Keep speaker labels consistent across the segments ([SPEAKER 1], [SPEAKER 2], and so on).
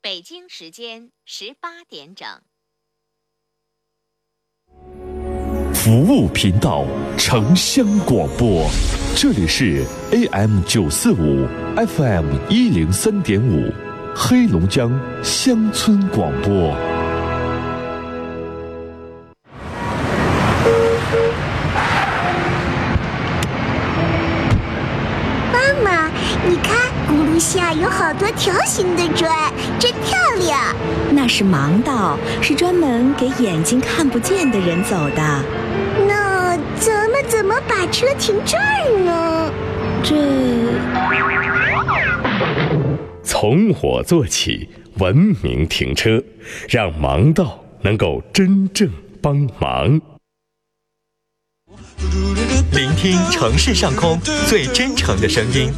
[SPEAKER 1] 北京时间十八点整。
[SPEAKER 2] 服务频道城乡广播，这里是 AM 九四五 FM 一零三点五，黑龙江乡村广播。
[SPEAKER 3] 妈妈，你看轱辘下有好多条形的砖，真漂亮。
[SPEAKER 4] 那是盲道，是专门给眼睛看不见的人走的。
[SPEAKER 3] 那咱们怎么把车停这儿呢？
[SPEAKER 4] 这
[SPEAKER 5] 从我做起，文明停车，让盲道能够真正帮忙。
[SPEAKER 6] 聆听城市上空最真诚的声音，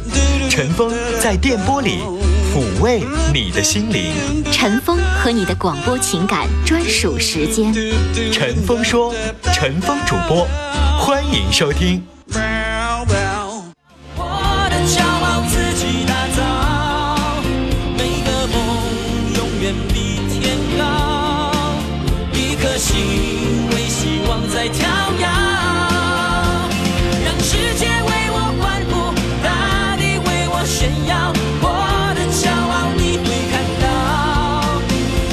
[SPEAKER 6] 陈峰在电波里抚慰你的心灵。
[SPEAKER 1] 陈峰和你的广播情感专属时间，
[SPEAKER 6] 陈峰说，陈峰主播，欢迎收听。
[SPEAKER 7] 我的骄傲自己打造，每个梦永远比天高，一颗心为希望在跳跃，让世界为我欢呼，大地为我炫耀，我的骄傲你会看到，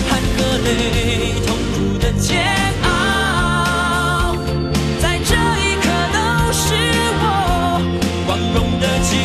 [SPEAKER 7] 汗和泪，痛苦的煎熬，在这一刻都是我光荣的记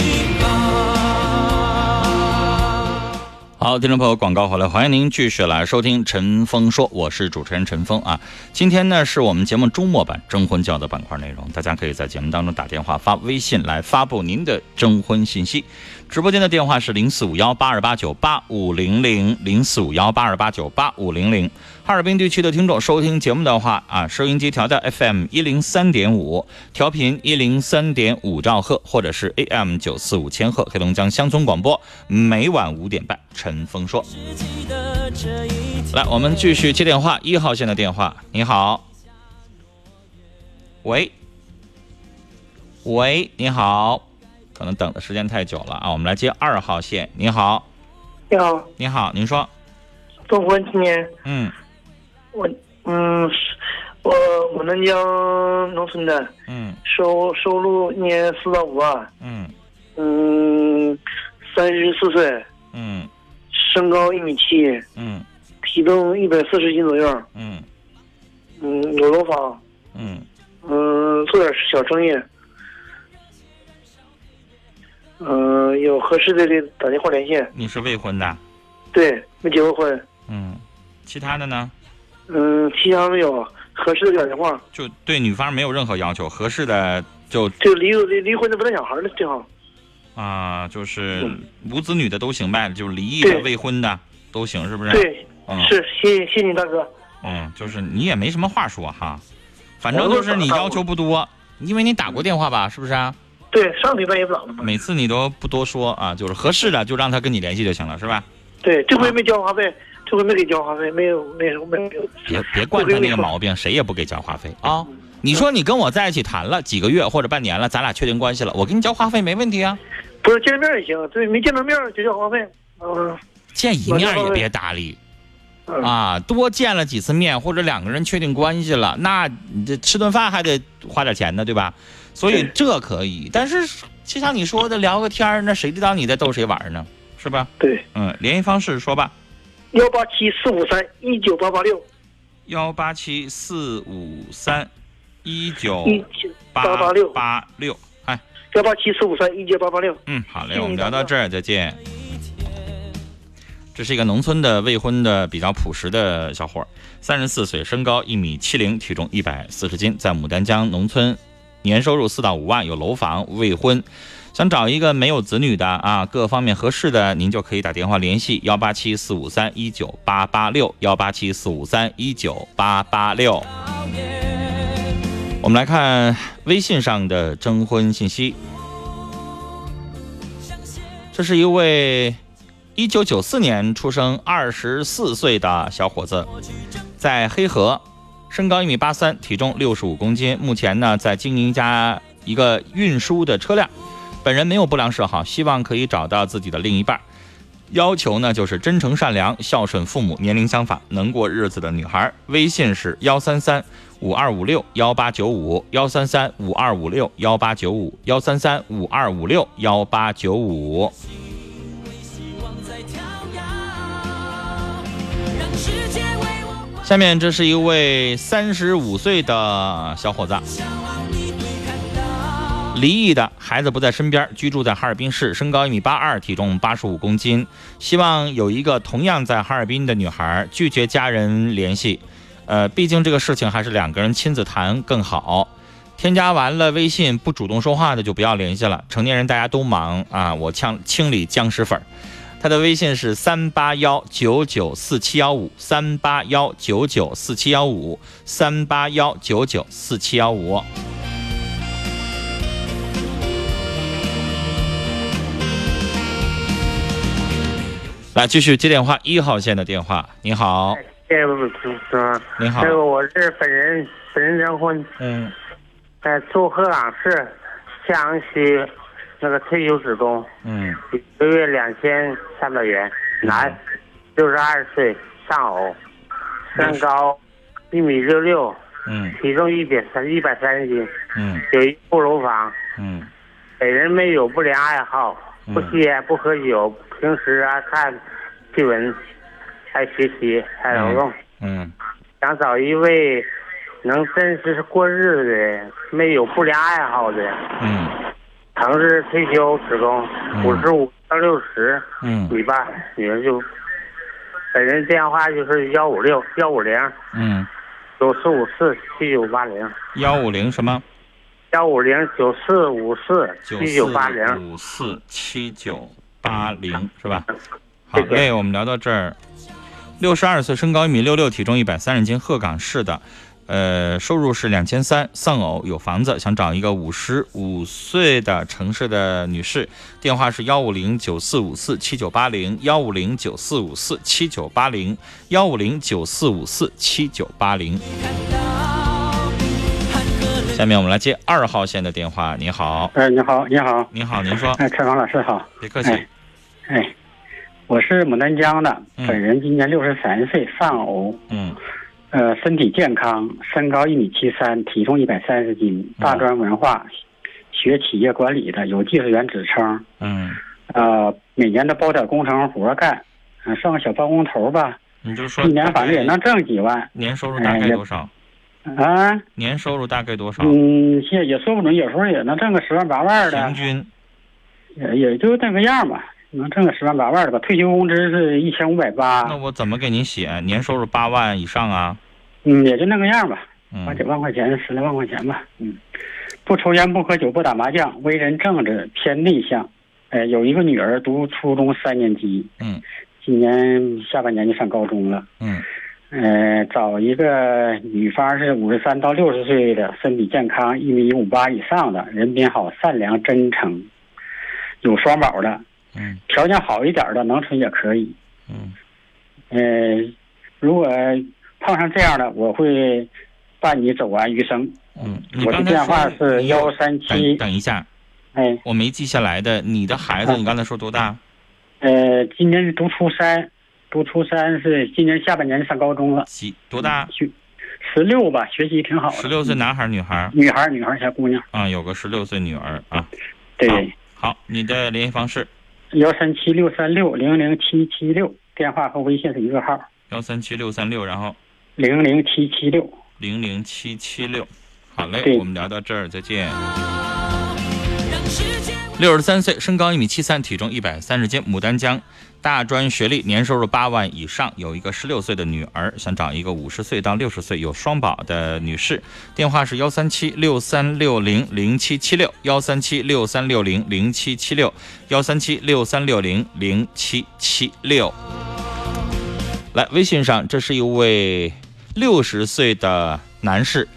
[SPEAKER 7] 号。
[SPEAKER 8] 好，听众朋友，广告回来，欢迎您继续来收听《陈峰说》，我是主持人陈峰啊。今天呢是我们节目周末版征婚教的板块内容，大家可以在节目当中打电话、发微信来发布您的征婚信息。直播间的电话是零四五幺八二八九八五零零零四五幺八二八九八五零零。哈尔滨地区的听众收听节目的话啊，收音机调到 FM 一零三点五，调频一零三点五兆赫，或者是 AM 九四五千赫，黑龙江乡村广播，每晚五点半，陈峰说。
[SPEAKER 7] 只记得这一天。
[SPEAKER 8] 来，我们继续接电话，一号线的电话。你好，喂，喂，你好，可能等的时间太久了啊，我们来接二号线。你好，
[SPEAKER 9] 你好，
[SPEAKER 8] 你好，您说，
[SPEAKER 9] 中国青年，
[SPEAKER 8] 嗯
[SPEAKER 9] 我嗯，是我我南江农村的，
[SPEAKER 8] 嗯
[SPEAKER 9] 收收入一年四到五万，
[SPEAKER 8] 嗯
[SPEAKER 9] 嗯，三十四岁，
[SPEAKER 8] 嗯
[SPEAKER 9] 身高一米七，
[SPEAKER 8] 嗯
[SPEAKER 9] 体重一百四十斤左右，
[SPEAKER 8] 嗯
[SPEAKER 9] 嗯，有楼房，
[SPEAKER 8] 嗯，
[SPEAKER 9] 嗯，做点小生意，嗯，有合适的得打电话联系，
[SPEAKER 8] 你是未婚的，
[SPEAKER 9] 对，没结过婚，
[SPEAKER 8] 嗯，其他的呢，
[SPEAKER 9] 嗯，其他没有，合适的打电话，
[SPEAKER 8] 就对女方没有任何要求，合适的就
[SPEAKER 9] 就离离离婚的不带小孩的最好，
[SPEAKER 8] 啊、就是
[SPEAKER 9] 嗯
[SPEAKER 8] 无子女的都行呗，就离异的、
[SPEAKER 9] 对
[SPEAKER 8] 未婚的都行，是不是？，
[SPEAKER 9] 对。
[SPEAKER 8] 嗯。
[SPEAKER 9] 是，谢谢谢谢你大哥。
[SPEAKER 8] 嗯，就是你也没什么话说哈，反正就是你要求不多，因为你打过电话吧，是不是啊？
[SPEAKER 9] 对，上礼拜也不早了嘛。
[SPEAKER 8] 每次你都不多说啊，就是合适的就让他跟你联系就行了，是吧？
[SPEAKER 9] 对，这回没交话费，这回没给交话费，没有没有没有。
[SPEAKER 8] 别别惯他那个毛病，谁也不给交话费啊。你说你跟我在一起谈了几个月或者半年了，咱俩确定关系了，我给你交话费没问题啊。
[SPEAKER 9] 不是见面也行，对，没见着面就交话费。嗯
[SPEAKER 8] 见一面也别搭理
[SPEAKER 9] 嗯
[SPEAKER 8] 啊，多见了几次面或者两个人确定关系了，那你这吃顿饭还得花点钱呢，对吧？所以
[SPEAKER 9] 对
[SPEAKER 8] 这可以，但是就像你说的，聊个天儿，那谁知道你在逗谁玩儿呢？是吧？
[SPEAKER 9] 对，
[SPEAKER 8] 嗯，联系方式说吧，
[SPEAKER 9] 幺八七四五三一九八八六
[SPEAKER 8] 幺八七四五三一九
[SPEAKER 9] 一九
[SPEAKER 8] 八
[SPEAKER 9] 八六
[SPEAKER 8] 八六。哎，
[SPEAKER 9] 幺八七四五三一九八八六。
[SPEAKER 8] 嗯，好嘞，
[SPEAKER 9] 嗯
[SPEAKER 8] 我们聊到这儿，再见。这是一个农村的未婚的比较朴实的小伙儿，三十四岁，身高一米七零，体重一百四十斤，在牡丹江农村，年收入四到五万，有楼房，未婚。想找一个没有子女的啊，各方面合适的，您就可以打电话联系幺八七四五三一九八八六幺八七四五三一九八八六。我们来看微信上的征婚信息。这是一位一九九四年出生、二十四岁的小伙子，在黑河，身高一米八三，体重六十五公斤，目前呢在经营一家一个运输的车辆。本人没有不良嗜好，希望可以找到自己的另一半儿。要求呢就是真诚、善良、孝顺父母，年龄相仿，能过日子的女孩。微信是幺三三五二五六幺八九五，幺三三五二五六幺八九五，幺三三五二五六幺八九五。
[SPEAKER 7] 希望在飘摇，让世界为我欢
[SPEAKER 8] 下面这是一位三十五岁的小伙子，
[SPEAKER 7] 笑，你会看到。
[SPEAKER 8] 离异的孩子不在身边，居住在哈尔滨市，身高一米八二，体重八十五公斤，希望有一个同样在哈尔滨的女孩，拒绝家人联系。呃，毕竟这个事情还是两个人亲自谈更好。添加完了微信，不主动说话的就不要联系了。成年人大家都忙啊，我呛清理僵尸粉儿。他的微信是三八幺九九四七幺五，三八幺九九四七幺五，三八幺九九四七幺五。来，继续接电话，一号线的电话。你好，
[SPEAKER 9] 这个主持人，
[SPEAKER 8] 你好
[SPEAKER 9] 这个我是本人本人征婚，
[SPEAKER 8] 嗯，
[SPEAKER 9] 在住鹤岗市夏阳区那个退休职工，
[SPEAKER 8] 嗯，
[SPEAKER 9] 一个月两千三百元，男，六十二岁，丧偶，身高一米六六，
[SPEAKER 8] 嗯，
[SPEAKER 9] 体重一点三一百三十斤，
[SPEAKER 8] 嗯，
[SPEAKER 9] 有一户楼房，
[SPEAKER 8] 嗯，
[SPEAKER 9] 本人没有不良爱好，不吸烟不喝酒，平时啊看新闻，爱学习爱劳动。
[SPEAKER 8] 嗯，
[SPEAKER 9] 想找一位能真实过日子的人，没有不良爱好的，
[SPEAKER 8] 嗯，
[SPEAKER 9] 城市退休职工，五十五到六十，
[SPEAKER 8] 嗯
[SPEAKER 9] 女吧，女人就，本人电话就是幺五六幺五零
[SPEAKER 8] 嗯，
[SPEAKER 9] 九四五四七九八零，
[SPEAKER 8] 幺五零什么？
[SPEAKER 9] 幺五零九四五四七九八零，
[SPEAKER 8] 五四七九八零是吧？好
[SPEAKER 9] 谢谢
[SPEAKER 8] 嘞，我们聊到这儿。六十二岁，身高一米六六，体重一百三十斤，鹤岗市的，呃，收入是两千三，丧偶，有房子，想找一个五十五岁的城市的女士，电话是幺五零九四五四七九八零，幺五零九四五四七九八零，幺五零九四五四七九八零。下面我们来接二号线的电话，你好，
[SPEAKER 9] 哎，你好，你好，
[SPEAKER 8] 您好，您说，
[SPEAKER 9] 哎，陈芳老师好，
[SPEAKER 8] 别客气。
[SPEAKER 9] 哎，我是牡丹江的，
[SPEAKER 8] 嗯
[SPEAKER 9] 本人今年六十三岁，丧偶，
[SPEAKER 8] 嗯
[SPEAKER 9] 呃，身体健康，身高一米七三，体重一百三十斤，
[SPEAKER 8] 嗯
[SPEAKER 9] 大专文化，学企业管理的，有技术员职称，
[SPEAKER 8] 嗯，
[SPEAKER 9] 呃，每年都包点工程活干，嗯、上个小办公头吧，
[SPEAKER 8] 你就说
[SPEAKER 9] 一年反正也能挣几万
[SPEAKER 8] 年收入
[SPEAKER 9] 哎
[SPEAKER 8] 大概多少？
[SPEAKER 9] 啊，
[SPEAKER 8] 年收入大概多少？
[SPEAKER 9] 嗯，现在也说不准，有时候也能挣个十万八万的
[SPEAKER 8] 平，均
[SPEAKER 9] 也也就那个样吧，能挣个十万八万的吧。退休工资是一千五百
[SPEAKER 8] 那
[SPEAKER 9] 八，
[SPEAKER 8] 我怎么给您写？年收入八万以上啊？
[SPEAKER 9] 嗯，也就那个样吧。
[SPEAKER 8] 嗯
[SPEAKER 9] 八九万块钱，十来万块钱吧。嗯，不抽烟，不喝酒，不打麻将，为人正直，偏内向。呃，有一个女儿读初中三年级，
[SPEAKER 8] 嗯
[SPEAKER 9] 今年下半年就上高中了。
[SPEAKER 8] 嗯
[SPEAKER 9] 呃，找一个女方是五十三到六十岁的，身体健康，一米五八以上的，人品好，善良真诚，有双保的，
[SPEAKER 8] 嗯
[SPEAKER 9] 条件好一点的，农村也可以。
[SPEAKER 8] 嗯
[SPEAKER 9] 呃，如果碰上这样的，我会伴你走完余生。
[SPEAKER 8] 嗯，你
[SPEAKER 9] 我的
[SPEAKER 8] 刚
[SPEAKER 9] 电话
[SPEAKER 8] 才说
[SPEAKER 9] 是幺三
[SPEAKER 8] 等
[SPEAKER 9] 七，
[SPEAKER 8] 等一下，
[SPEAKER 9] 哎，
[SPEAKER 8] 我没记下来的。你的孩子，
[SPEAKER 9] 啊
[SPEAKER 8] 你刚才说多大？
[SPEAKER 9] 呃，今年是读初三，读初三是今年下半年上高中了，
[SPEAKER 8] 几多大？
[SPEAKER 9] 学十六吧，学习挺好的。
[SPEAKER 8] 十六岁，男孩儿女孩儿？
[SPEAKER 9] 女孩儿，女孩儿，小姑娘，
[SPEAKER 8] 啊，有个十六岁女儿啊。
[SPEAKER 9] 对，
[SPEAKER 8] 好，你的联系方式
[SPEAKER 9] 幺三七六三六零零七七六，电话和微信是一个号，
[SPEAKER 8] 幺三七六三六，然后
[SPEAKER 9] 零零七七六。
[SPEAKER 8] 零零七七六。好嘞，
[SPEAKER 9] 对
[SPEAKER 8] 我们聊到这儿，再见。
[SPEAKER 7] 让世界
[SPEAKER 8] 六十三岁，身高一米七三，体重一百三十斤，牡丹江，大专学历，年收入八万以上，有一个十六岁的女儿，想找一个五十岁到六十岁有双保的女士，电话是幺三七六三六零零七七六，幺三七六三六零零七七六，幺三七六三六零零七七六。来，微信上，这是一位六十岁的男士，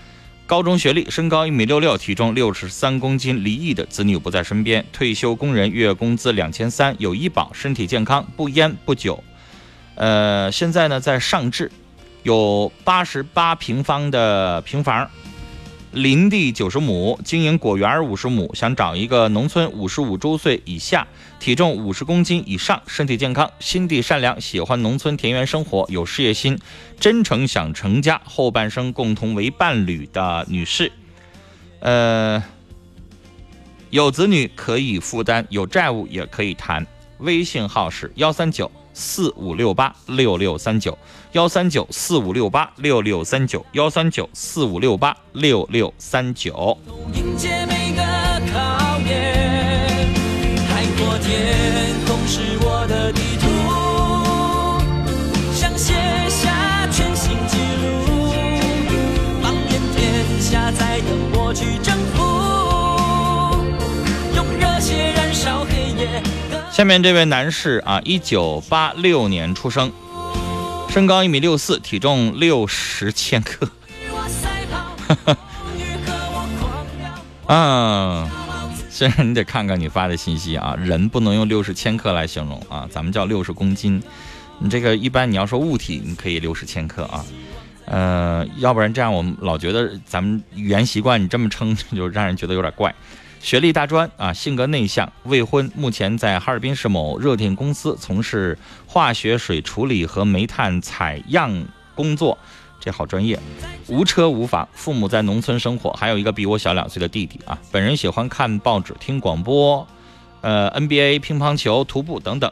[SPEAKER 8] 高中学历，身高一米六六，体重六十三公斤，离异的，子女不在身边，退休工人，月工资两千三，有医保，身体健康，不烟不酒。呃，现在呢在上智，有八十八平方的平房，林地九十亩，经营果园五十亩，想找一个农村五十五周岁以下，体重五十公斤以上，身体健康，心地善良，喜欢农村田园生活，有事业心，真诚想成家，后半生共同为伴侣的女士。呃，有子女可以负担，有债务也可以谈。微信号是幺三九四五六八六六三九，幺三九四五六八六六三九，幺三九四五六八六六三九。
[SPEAKER 7] 迎接每个考验，海阔天空是我的地图，想写下全新记录，放眼天下在等我去征服，用热血燃烧黑夜。
[SPEAKER 8] 下面这位男士啊，一九八六年出生，身高一米六四，体重六十千克。
[SPEAKER 7] 我赛跑，风雨和我狂飙。
[SPEAKER 8] 嗯，先生，你得看看你发的信息啊，人不能用六十千克来形容啊，咱们叫六十公斤。你这个一般你要说物体，你可以六十千克啊。呃，要不然这样我们老觉得咱们语言习惯你这么称，就让人觉得有点怪。学历大专啊，性格内向，未婚，目前在哈尔滨市某热电公司从事化学水处理和煤炭采样工作，这好专业。无车无房，父母在农村生活，还有一个比我小两岁的弟弟啊。本人喜欢看报纸、听广播，呃，NBA、乒乓球、徒步等等。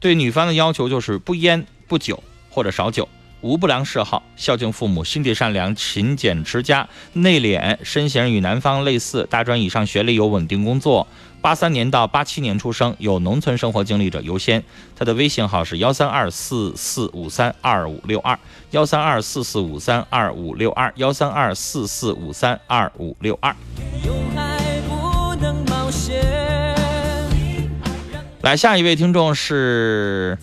[SPEAKER 8] 对女方的要求就是不烟不酒或者少酒，无不良嗜好，孝敬父母，心地善良，勤俭持家，内敛，身形与男方类似，大专以上学历，有稳定工作。八三年到八七年出生，有农村生活经历者优先。他的微信号是幺三二四四五三二五六二，幺三二四四五三二五六二，幺三二四四五三二五六二。
[SPEAKER 7] 用爱不能冒险。
[SPEAKER 8] 来，下一位听众是，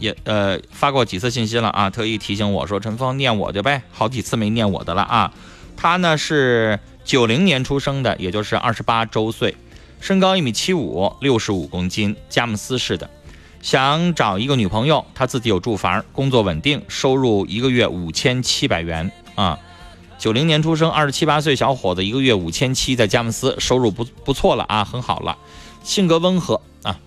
[SPEAKER 8] 也呃发过几次信息了啊，特意提醒我说陈峰念我的呗，好几次没念我的了啊。他呢是九零年出生的，也就是二十八周岁，身高一米七五，六十五公斤，佳木斯市的。想找一个女朋友，他自己有住房，工作稳定，收入一个月五千七百元啊。九零年出生，二十七八岁小伙子，一个月五千七，在佳木斯，收入不不错了啊，很好了。性格温和啊，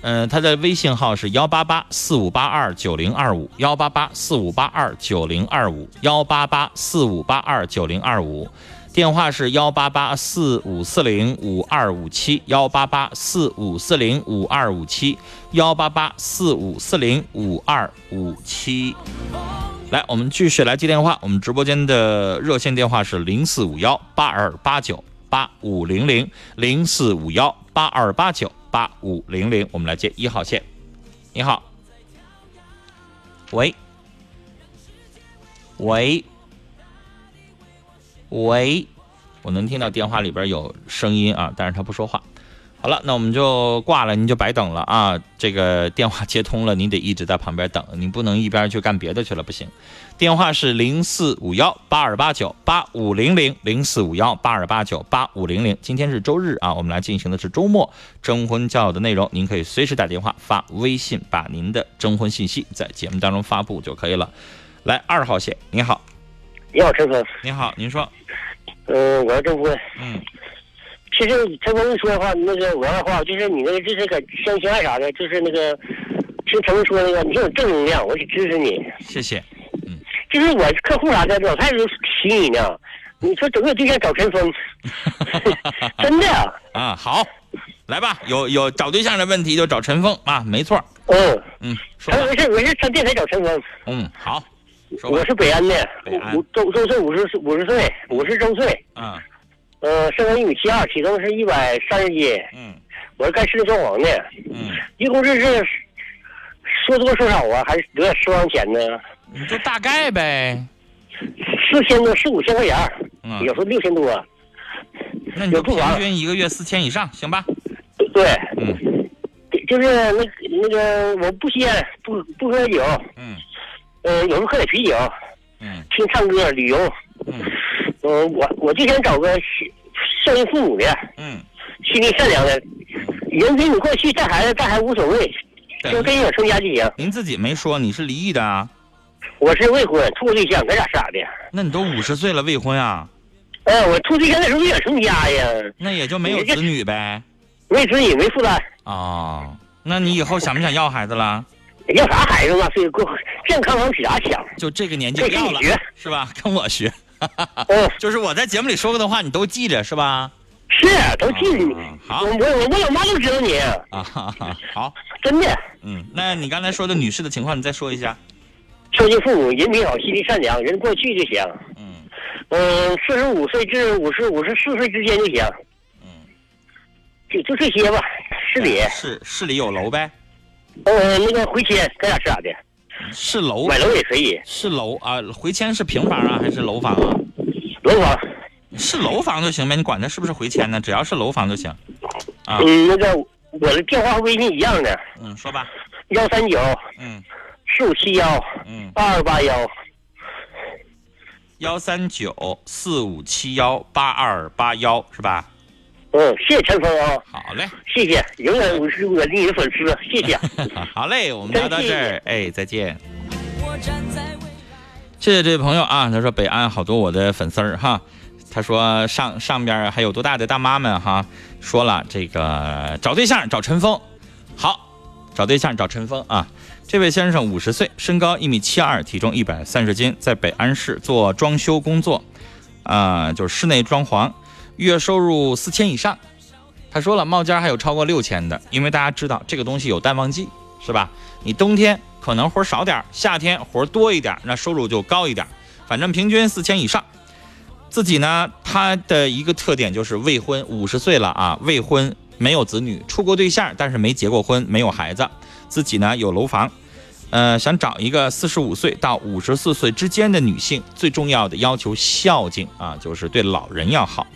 [SPEAKER 8] 嗯、他的微信号是幺八八四五八二九零二五，幺八八四五八二九零二五，幺八八四五八二九零二五，电话是幺八八四五四零五二五七，幺八八四五四零五二五七，幺八八四五四零五二五七。来，我们继续来接电话。我们直播间的热线电话是零四五幺八二八九八五零零零四五幺八二八九八五零零。我们来接一号线。你好，喂，喂，喂，我能听到电话里边有声音啊，但是他不说话。好了，那我们就挂了，您就白等了啊！这个电话接通了，您得一直在旁边等，你不能一边去干别的去了，不行。电话是零四五幺八二八九八五零零零四五幺八二八九八五零零。今天是周日啊，我们来进行的是周末征婚交友的内容，您可以随时打电话发微信，把您的征婚信息在节目当中发布就可以了。来，二号线，你好，
[SPEAKER 10] 你好，陈峰。
[SPEAKER 8] 你好，您说，
[SPEAKER 10] 嗯、我是郑辉。
[SPEAKER 8] 嗯，
[SPEAKER 10] 其实陈峰一说的话，那个我的话，就是你那个就是个相亲爱啊啥的，就是那个听陈峰说那个，你挺有正能量，我挺支持你。
[SPEAKER 8] 谢谢。
[SPEAKER 10] 就是我客户啥的，老太太都提你呢。你说整个对象找 陈峰，真的，
[SPEAKER 8] 啊，好，来吧，有有找对象的问题就找陈峰啊，没错，
[SPEAKER 10] 嗯，
[SPEAKER 8] 嗯，说吧
[SPEAKER 10] 他，我是我是上电台找陈峰，
[SPEAKER 8] 嗯，好，说吧
[SPEAKER 10] 我，是北安的，
[SPEAKER 8] 北安
[SPEAKER 10] 五周周岁五十五十岁五十周岁，
[SPEAKER 8] 嗯
[SPEAKER 10] 呃，身高一米七二，体重是一百三十斤，
[SPEAKER 8] 嗯
[SPEAKER 10] 我是干室内装潢的，
[SPEAKER 8] 嗯，
[SPEAKER 10] 一共这是说多说少啊，还是有点私房钱呢？
[SPEAKER 8] 你就大概呗，
[SPEAKER 10] 四千多四五千块钱儿，
[SPEAKER 8] 嗯
[SPEAKER 10] 有时候六千多，啊
[SPEAKER 8] 那你就平均一个月四千以上，行吧？
[SPEAKER 10] 对，
[SPEAKER 8] 嗯
[SPEAKER 10] 就是那个那个我不吸烟，不不喝酒，
[SPEAKER 8] 嗯
[SPEAKER 10] 呃，有时候喝点啤酒，
[SPEAKER 8] 嗯
[SPEAKER 10] 听唱歌、旅游，
[SPEAKER 8] 嗯
[SPEAKER 10] 呃，我我就想找个孝孝敬父母的，
[SPEAKER 8] 嗯，
[SPEAKER 10] 心地善良的，人陪你过去带孩子，带孩子无所谓，
[SPEAKER 8] 对，
[SPEAKER 10] 就跟我成家就行。
[SPEAKER 8] 您自己没说你是离异的啊？
[SPEAKER 10] 我是未婚，处过对象，咱俩是咋的？
[SPEAKER 8] 那你都五十岁了未婚啊？
[SPEAKER 10] 哎，我处对象那时候也成家呀，
[SPEAKER 8] 那也就没有子女呗。
[SPEAKER 10] 没子女，没负担，
[SPEAKER 8] 哦，那你以后想不想要孩子了？
[SPEAKER 10] 要啥孩子嘛？非过健康往起啥想？
[SPEAKER 8] 就这个年纪
[SPEAKER 10] 跟
[SPEAKER 8] 不要
[SPEAKER 10] 你
[SPEAKER 8] 了，
[SPEAKER 10] 学
[SPEAKER 8] 是吧？跟我学，
[SPEAKER 10] 嗯
[SPEAKER 8] 就是我在节目里说过的话，你都记着是吧？
[SPEAKER 10] 是都记着你。
[SPEAKER 8] 啊好
[SPEAKER 10] 我我我老妈都知道你，
[SPEAKER 8] 啊，哈哈好，
[SPEAKER 10] 真的。
[SPEAKER 8] 嗯，那你刚才说的女士的情况，你再说一下。
[SPEAKER 10] 孝敬父母，人品好，心地善良，人过去就行。
[SPEAKER 8] 嗯
[SPEAKER 10] 嗯，四十五岁至五十五十四岁之间就行。
[SPEAKER 8] 嗯，哎
[SPEAKER 10] 就就这些吧。市里，
[SPEAKER 8] 市市里有楼呗？
[SPEAKER 10] 呃，那个回迁该咋是咋的，
[SPEAKER 8] 是楼
[SPEAKER 10] 买楼也可以，
[SPEAKER 8] 是楼啊？回迁是平房啊还是楼房啊？
[SPEAKER 10] 楼房。
[SPEAKER 8] 是楼房就行呗，你管它是不是回迁呢？只要是楼房就行。啊
[SPEAKER 10] 嗯，那个我的电话和微信一样的，
[SPEAKER 8] 嗯，说吧。
[SPEAKER 10] 幺三九
[SPEAKER 8] 嗯
[SPEAKER 10] 四五七幺
[SPEAKER 8] 嗯，
[SPEAKER 10] 八二八幺。
[SPEAKER 8] 幺三九四五七幺八二八幺是吧？
[SPEAKER 10] 嗯，谢谢陈峰啊、
[SPEAKER 8] 好嘞，
[SPEAKER 10] 谢谢，永远我是我的你的粉丝，谢 谢。
[SPEAKER 8] 啊好嘞，我们聊到
[SPEAKER 10] 真
[SPEAKER 8] 这
[SPEAKER 10] 谢谢
[SPEAKER 8] 儿，哎，再见。
[SPEAKER 7] 我站在未
[SPEAKER 8] 谢谢这位朋友啊，他说北安好多我的粉丝儿哈，他说上上边儿还有多大的大妈们哈，说了这个找对象找陈峰，好，找对象找陈峰啊。这位先生五十岁，身高一米七二，体重一百三十斤，在北安市做装修工作，啊、就是室内装潢，月收入四千以上。他说了，帽尖儿还有超过六千的，因为大家知道这个东西有淡旺季，是吧？你冬天可能活儿少点儿，夏天活儿多一点儿，那收入就高一点儿，反正平均四千以上。自己呢，他的一个特点就是未婚，五十岁了啊，未婚没有子女，处过对象，但是没结过婚，没有孩子。自己呢有楼房，呃，想找一个四十五岁到五十四岁之间的女性，最重要的要求孝敬啊，就是对老人要好。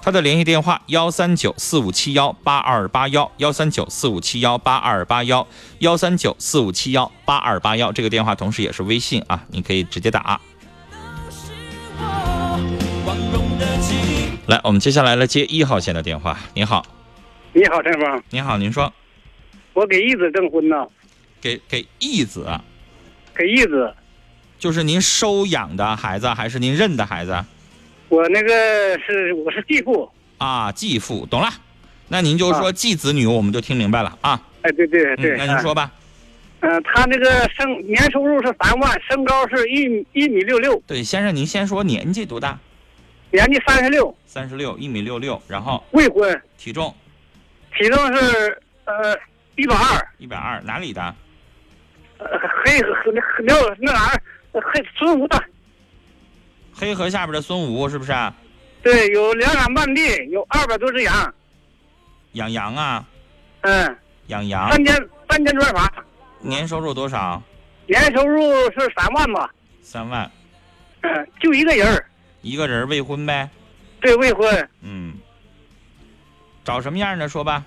[SPEAKER 8] 他的联系电话：幺三九四五七幺八二八幺，幺三九四五七幺八二八幺，幺三九四五七幺八二八幺。这个电话同时也是微信啊，你可以直接打、
[SPEAKER 7] 是我光荣的记忆。
[SPEAKER 8] 来，我们接下来来接一号线的电话。您好，
[SPEAKER 11] 你好，陈峰，
[SPEAKER 8] 您好，您说
[SPEAKER 11] 我给义子证婚呢，
[SPEAKER 8] 给给义子啊，
[SPEAKER 11] 给义子，
[SPEAKER 8] 就是您收养的孩子还是您认的孩子
[SPEAKER 11] 我那个是我是继父，
[SPEAKER 8] 啊？继父，懂了。那您就说继子女，我们就听明白了啊。
[SPEAKER 11] 啊哎，对对对，
[SPEAKER 8] 嗯，那您
[SPEAKER 11] 啊
[SPEAKER 8] 说吧。
[SPEAKER 11] 嗯、他那个生年收入是三万，身高是一米一米六六，
[SPEAKER 8] 对，先生，您先说年纪多大？
[SPEAKER 11] 年纪三十六，
[SPEAKER 8] 三十六，一米六六，然后
[SPEAKER 11] 未婚，
[SPEAKER 8] 体重
[SPEAKER 11] 体重是呃一百二，
[SPEAKER 8] 一百二，哪里的？
[SPEAKER 11] 呃黑黑那那啥黑孙武的，
[SPEAKER 8] 黑河下边的孙吴是不是、啊？
[SPEAKER 11] 对，有两亩半地，有二百多只羊，
[SPEAKER 8] 养羊啊，
[SPEAKER 11] 嗯，
[SPEAKER 8] 养羊。
[SPEAKER 11] 三间三间砖房，
[SPEAKER 8] 年收入多少？
[SPEAKER 11] 年收入是三万吧，
[SPEAKER 8] 三万，
[SPEAKER 11] 嗯，就一个人儿，
[SPEAKER 8] 一个人未婚呗。
[SPEAKER 11] 对，未婚。
[SPEAKER 8] 嗯，找什么样的说吧。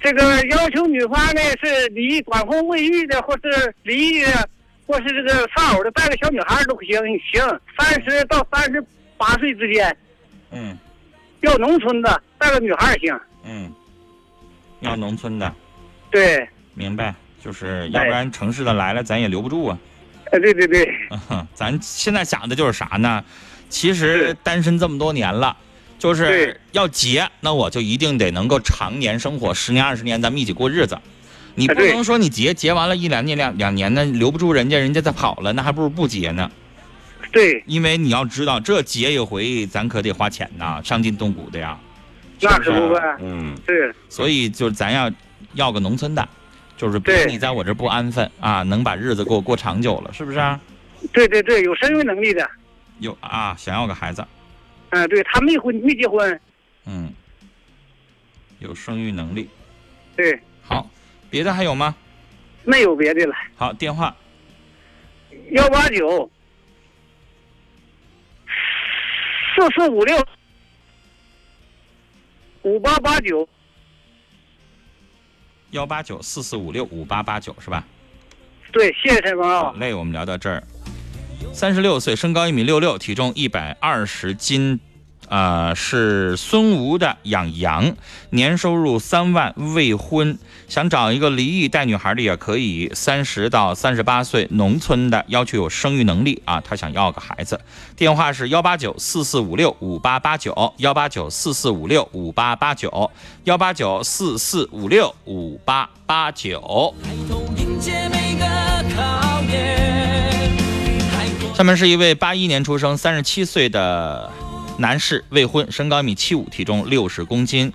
[SPEAKER 11] 这个要求女方呢是离管婚未育的，或是离异的，或是这个丧偶的，带个小女孩都行行。三十到三十八岁之间，
[SPEAKER 8] 嗯
[SPEAKER 11] 要农村的，带个女孩也行。
[SPEAKER 8] 嗯，要农村的，
[SPEAKER 11] 对，
[SPEAKER 8] 明白？就是要不然城市的来了，咱也留不住啊。
[SPEAKER 11] 呃，对对对，
[SPEAKER 8] 哼 咱现在想的就是啥呢？其实单身这么多年了，就是
[SPEAKER 11] 对
[SPEAKER 8] 要结，那我就一定得能够常年生活，十年二十年，咱们一起过日子。你
[SPEAKER 11] 啊
[SPEAKER 8] 不
[SPEAKER 11] 对
[SPEAKER 8] 能说你结结完了一两年两两年呢，留不住人家，人家再跑了，那还不如不结呢。
[SPEAKER 11] 对，
[SPEAKER 8] 因为你要知道，这结一回咱可得花钱呐，伤筋动骨的呀。是
[SPEAKER 11] 那
[SPEAKER 8] 是
[SPEAKER 11] 可不呗。
[SPEAKER 8] 嗯。
[SPEAKER 11] 是，
[SPEAKER 8] 所以就是咱要要个农村的，就是别
[SPEAKER 11] 对
[SPEAKER 8] 你在我这儿不安分啊，能把日子给我过长久了，是不是、啊？
[SPEAKER 11] 对对对，有生育能力的。
[SPEAKER 8] 有啊，想要个孩子，
[SPEAKER 11] 嗯、对他没婚没结婚，
[SPEAKER 8] 嗯，有生育能力。
[SPEAKER 11] 对，
[SPEAKER 8] 好，别的还有吗？
[SPEAKER 11] 没有别的了。
[SPEAKER 8] 好，电话
[SPEAKER 11] 幺八九四四五六五八八九，
[SPEAKER 8] 幺八九四四五六五八八九是吧？
[SPEAKER 11] 对，谢谢陈峰啊
[SPEAKER 8] 好。嘞，我们聊到这儿。三十六岁，身高一米六六，体重一百二十斤，啊，是孙吴的养羊，年收入三万，未婚，想找一个离异带女孩的也可以，三十到三十八岁，农村的，要求有生育能力啊，他想要个孩子。电话是幺八九四四五六五八八九，幺八九四四五六五八八九，幺八九四四五六五八八九。
[SPEAKER 7] 迎接每个考验。
[SPEAKER 8] 下面是一位八一年出生、三十七岁的男士，未婚，身高一米七五，体重六十公斤。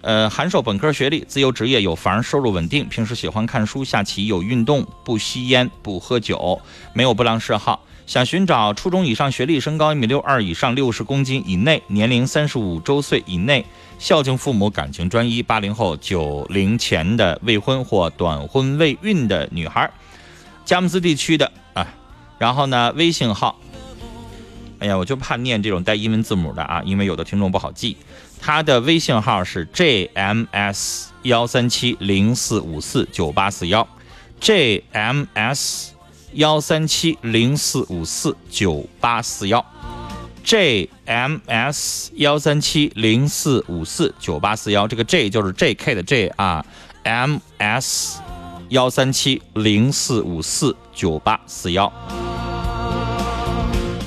[SPEAKER 8] 呃，函授本科学历，自由职业，有房，收入稳定，平时喜欢看书、下棋，有运动，不吸烟，不喝酒，没有不良嗜好。想寻找初中以上学历，身高一米六二以上，六十公斤以内，年龄三十五周岁以内，孝敬父母，感情专一，八零后、九零前的未婚或短婚未孕的女孩儿，佳木斯地区的啊，然后呢，微信号，哎呀，我就怕念这种带英文字母的啊，因为有的听众不好记。他的微信号是 jms 幺三七零四五四九八四幺，jms 幺三七零四五四九八四幺，jms 幺三七零四五四九八四幺，这个 J 就是 JK 的 J 啊，ms 幺三七零四五四九八四幺。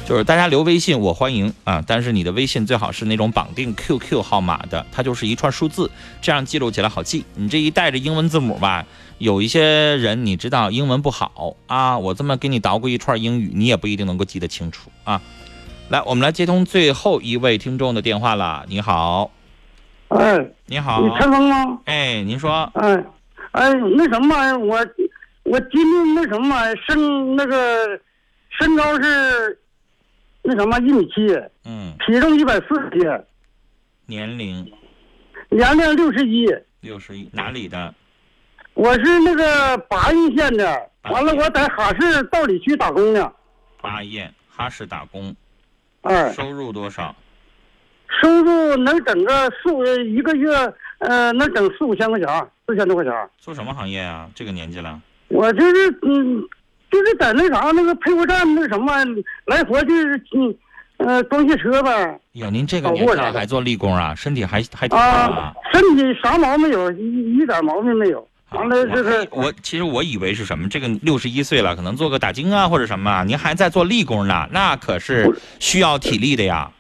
[SPEAKER 8] 就是大家留微信，我欢迎啊，但是你的微信最好是那种绑定 QQ 号码的，它就是一串数字，这样记录起来好记。你这一带着英文字母吧，有一些人你知道英文不好啊，我这么给你捣鼓一串英语，你也不一定能够记得清楚啊。来，我们来接通最后一位听众的电话了。你好，
[SPEAKER 11] 哎，
[SPEAKER 8] 你好，
[SPEAKER 11] 你啊陈峰吗？
[SPEAKER 8] 哎，您说，
[SPEAKER 11] 哎，哎，那什么，我我今天那什么身那个身高是那什么一米七，
[SPEAKER 8] 嗯，
[SPEAKER 11] 体重一百四十斤，
[SPEAKER 8] 年龄
[SPEAKER 11] 年龄六十一，
[SPEAKER 8] 六十一，哪里的？
[SPEAKER 11] 我是那个八峪县的，完了我在哈市道里区打工呢，
[SPEAKER 8] 巴彦，哈市打工，
[SPEAKER 11] 哎，
[SPEAKER 8] 收入多少？
[SPEAKER 11] 收入能整个四五一个月，呃，能整四五千块钱，四千多块钱。
[SPEAKER 8] 做什么行业啊？这个年纪了，
[SPEAKER 11] 我就是嗯，就是在那啥那个配货站那什么来回就是嗯呃装卸车呗
[SPEAKER 8] 哟，您这个
[SPEAKER 11] 搞
[SPEAKER 8] 年
[SPEAKER 11] 过
[SPEAKER 8] 纪
[SPEAKER 11] 啥
[SPEAKER 8] 了
[SPEAKER 11] 的
[SPEAKER 8] 还做力工啊？身体还还挺好
[SPEAKER 11] 啊，身体啥毛病没有，一一点毛病没有。完了这是
[SPEAKER 8] 啊我其实我以为是什么，这个六十一岁了，可能做个打更啊或者什么啊，您还在做力工呢，那可是需要体力的呀。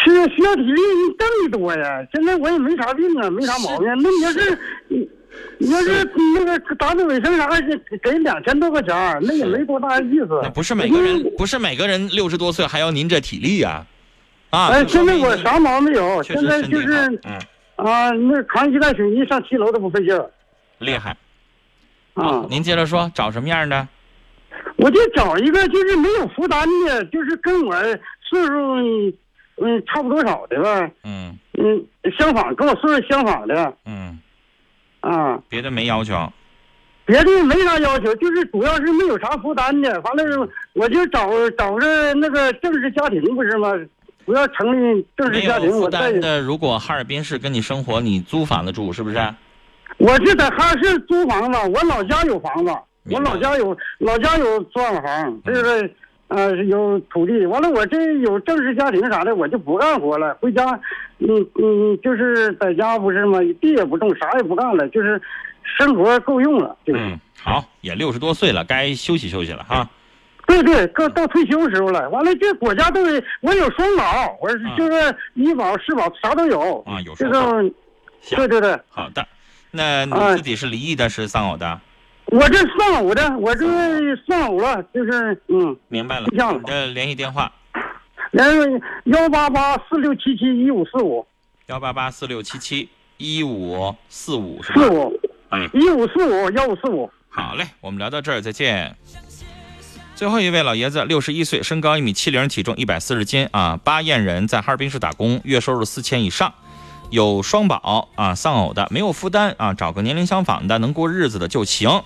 [SPEAKER 11] 是需要体力更多呀。现在我也没啥病啊，没啥毛病。那你要是你你要是那个打扫卫生啥的，给两千多块钱儿，那也没多大意思。
[SPEAKER 8] 不是每个人，
[SPEAKER 11] 嗯
[SPEAKER 8] 不是每个人六十多岁还要您这体力呀、啊。
[SPEAKER 11] 哎，
[SPEAKER 8] 就说
[SPEAKER 11] 现在
[SPEAKER 8] 明
[SPEAKER 11] 我
[SPEAKER 8] 您
[SPEAKER 11] 啥毛病没有，
[SPEAKER 8] 确
[SPEAKER 11] 现
[SPEAKER 8] 实
[SPEAKER 11] 在
[SPEAKER 8] 身
[SPEAKER 11] 就
[SPEAKER 8] 体
[SPEAKER 11] 是
[SPEAKER 8] 好嗯，
[SPEAKER 11] 啊，那扛一袋水泥上七楼都不费劲儿
[SPEAKER 8] 厉害。
[SPEAKER 11] 啊。
[SPEAKER 8] 您接着说，找什么样的？
[SPEAKER 11] 我就找一个就是没有负担的，就是跟我岁数嗯嗯差不多少的吧，
[SPEAKER 8] 嗯
[SPEAKER 11] 嗯，相仿，跟我岁数相仿的
[SPEAKER 8] 嗯，
[SPEAKER 11] 啊，
[SPEAKER 8] 别的没要求。
[SPEAKER 11] 别的没啥要求，就是主要是没有啥负担的。完了，我就找找个那个正式家庭不是吗？我要成立正式
[SPEAKER 8] 没
[SPEAKER 11] 家
[SPEAKER 8] 有
[SPEAKER 11] 庭，
[SPEAKER 8] 负
[SPEAKER 11] 我再
[SPEAKER 8] 担的，如果哈尔滨市跟你生活，你租房子住是啊不是？
[SPEAKER 11] 我是在哈市租房子，我老家有房子，我老家有老家有砖房，
[SPEAKER 8] 嗯
[SPEAKER 11] 这个呃有土地。完了，我这有正式家庭啥的，我就不干活了，回家，嗯嗯，就是在家不是吗？地也不种，啥也不干了，就是生活够用了，就是、
[SPEAKER 8] 嗯，好，也六十多岁了，该休息休息了哈。
[SPEAKER 11] 对对，到到退休时候了。完了，这国家都得我有双保，我是就是医保、社保啥都有
[SPEAKER 8] 啊有
[SPEAKER 11] 这
[SPEAKER 8] 双保
[SPEAKER 11] 种，
[SPEAKER 8] 行
[SPEAKER 11] 对对对，
[SPEAKER 8] 好的，那你
[SPEAKER 11] 哎
[SPEAKER 8] 自己是离异的，是丧偶的？
[SPEAKER 11] 我这丧偶的，我这丧偶了，就是嗯。
[SPEAKER 8] 明白了
[SPEAKER 11] 不像了。
[SPEAKER 8] 呃，联系电话
[SPEAKER 11] 然后幺八八四六七七一五四五
[SPEAKER 8] 幺八八四六七七一五四五是吧？
[SPEAKER 11] 四五
[SPEAKER 8] 嗯，
[SPEAKER 11] 一五四五幺五四五。
[SPEAKER 8] 好嘞，我们聊到这儿，再见。最后一位老爷子，六十一岁，身高一米七零，体重一百四十斤啊，巴彦人，在哈尔滨市打工，月收入四千以上，有双保啊，丧偶的没有负担啊，找个年龄相仿的能过日子的就行。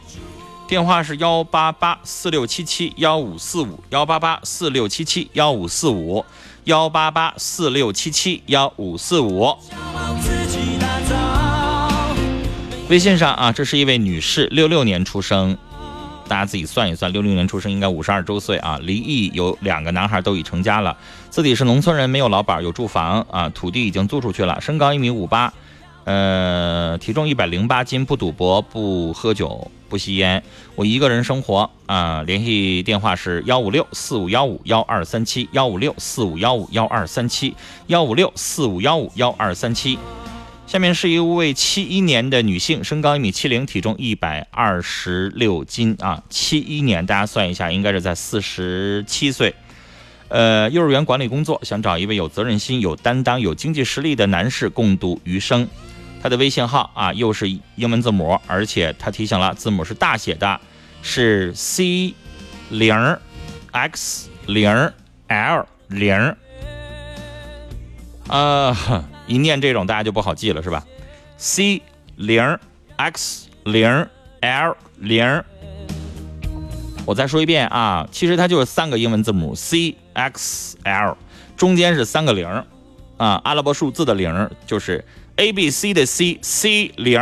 [SPEAKER 8] 电话是幺八八四六七七幺五四五，幺八八四六七七幺五四五，幺八八四六七七幺五四五。
[SPEAKER 7] 自己打造。
[SPEAKER 8] 微信上啊，这是一位女士，六六年出生，大家自己算一算，六六年出生，应该五十二周岁啊。离异，有两个男孩都已成家了，自己是农村人，没有老板，有住房啊，土地已经租出去了，身高一米五八，呃，体重一百零八斤，不赌博，不喝酒，不吸烟，我一个人生活啊、联系电话是幺五六四五幺五幺二三七，幺五六四五幺五幺二三七，幺五六四五幺五幺二三七。下面是一位七一年的女性，身高一米七零，体重一百二十六斤啊。七一年，大家算一下，应该是在四十七岁。呃，幼儿园管理工作，想找一位有责任心、有担当、有经济实力的男士共度余生。他的微信号啊，又是英文字母，而且他提醒了，字母是大写的，是 C 零 X 零 L 零。啊、哼一念这种大家就不好记了，是吧？C 零 X 零 L 零。我再说一遍啊，其实它就是三个英文字母 C X L，中间是三个零儿啊，阿拉伯数字的零儿就是 A B C 的 C C 零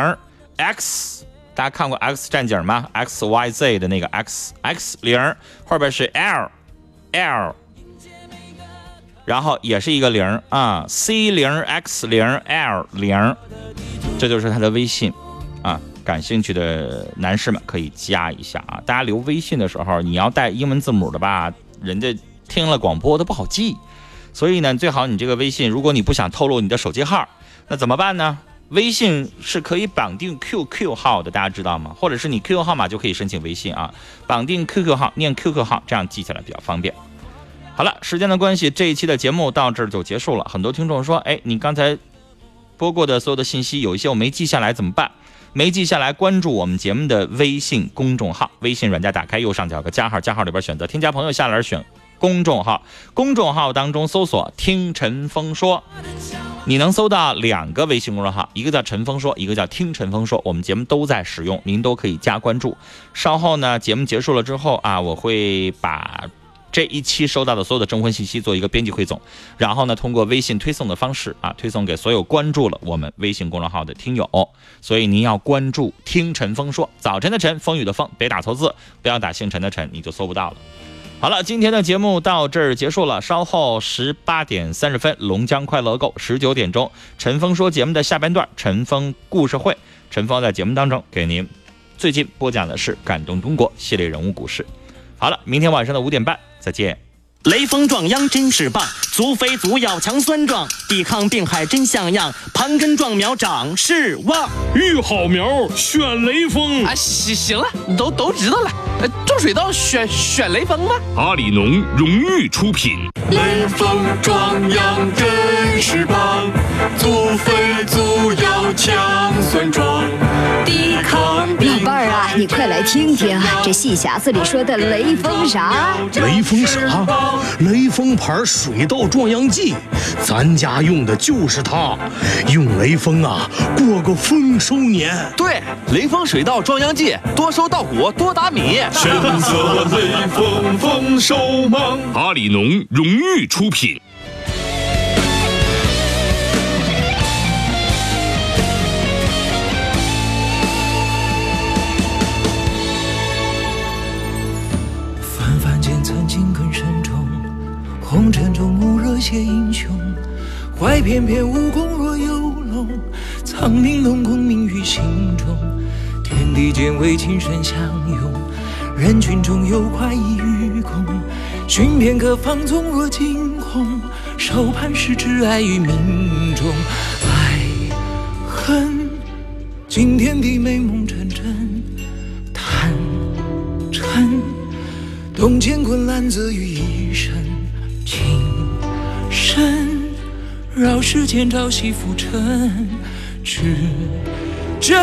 [SPEAKER 8] X。大家看过《X 战警》吗？X Y Z 的那个 X X 零后边是 L L 然后也是一个零儿啊，C 零 X 零 L 零，这就是他的微信啊。感兴趣的男士们可以加一下啊。大家留微信的时候，你要带英文字母的吧，人家听了广播都不好记。所以呢，最好你这个微信，如果你不想透露你的手机号，那怎么办呢？微信是可以绑定 QQ 号的，大家知道吗？或者是你 QQ 号码就可以申请微信啊，绑定 QQ 号，念 QQ 号，这样记起来比较方便。好了，时间的关系，这一期的节目到这儿就结束了。很多听众说，哎，你刚才播过的所有的信息，有一些我没记下来，怎么办？没记下来，关注我们节目的微信公众号，微信软件打开右上角有个加号，加号里边选择添加朋友，下栏选公众号，公众号当中搜索“听陈峰说”，你能搜到两个微信公众号，一个叫“陈峰说”，一个叫“听陈峰说”，我们节目都在使用，您都可以加关注。稍后呢，节目结束了之后啊，我会把。这一期收到的所有的征婚信息做一个编辑汇总，然后呢，通过微信推送的方式啊，推送给所有关注了我们微信公众号的听友。哦所以您要关注“听陈峰说”，早晨的晨，风雨的风，别打错字，不要打姓陈的陈，你就搜不到了。好了，今天的节目到这儿结束了。稍后十八点三十分，龙江快乐购；十九点钟，陈峰说节目的下半段，陈峰故事会。陈峰在节目当中给您最近播讲的是《感动中国》系列人物故事。好了，明天晚上的五点半再见。
[SPEAKER 12] 雷锋壮秧真是棒，足肥足要强酸壮，抵抗病害真像样，盘根壮苗长势旺。
[SPEAKER 13] 育好苗，选雷锋。
[SPEAKER 14] 啊，行行了，你都都知道了。呃，种水稻选选雷锋吧。
[SPEAKER 13] 阿里农荣誉出品。
[SPEAKER 15] 雷锋壮秧真是棒，足肥足要强酸壮，抵抗
[SPEAKER 16] 老伴儿啊，你快来听听啊这戏匣子里说的雷锋啥？
[SPEAKER 17] 雷锋啥？雷锋牌水稻壮秧剂，咱家用的就是它。用雷锋啊，过个丰收年。
[SPEAKER 18] 对，雷锋水稻壮秧剂，多收稻谷，多打米。
[SPEAKER 15] 选择雷锋，丰收忙。
[SPEAKER 13] 阿里农荣誉出品。
[SPEAKER 19] 泛泛见曾经更深重，红尘中暮热写英雄，怀翩翩武功若游龙，藏玲珑功名于心中，天地间为情深相拥，人群中有快意与共，寻遍各方纵若惊鸿，手攀是挚爱于命中，爱恨惊天地美梦成真，贪嗔。洞见滚烂泽于一身，情深绕世间朝夕浮沉，至真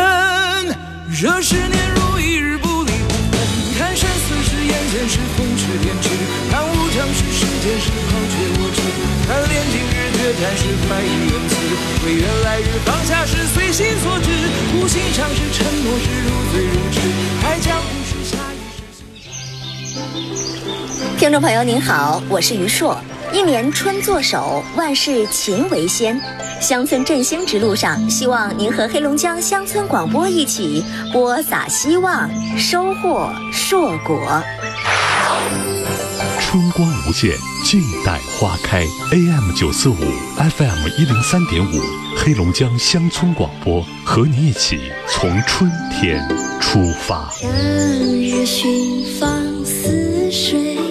[SPEAKER 19] 惹十年如一日不离不分，看生死是眼前，是风是天痴，看无常是世间，是抛却我痴，看恋情日决，谈是白衣恩赐，为缘来日放下是随心所至，无心上是沉默是如醉如痴，还将故事下一世。
[SPEAKER 20] 听众朋友您好，我是于硕。一年春作首，万事勤为先。乡村振兴之路上，希望您和黑龙江乡村广播一起播撒希望，收获硕果。
[SPEAKER 2] 春光无限，静待花开。AM 九四五，FM 一零三点五，黑龙江乡村广播，和你一起从春天出发。
[SPEAKER 21] 夏日寻访似水。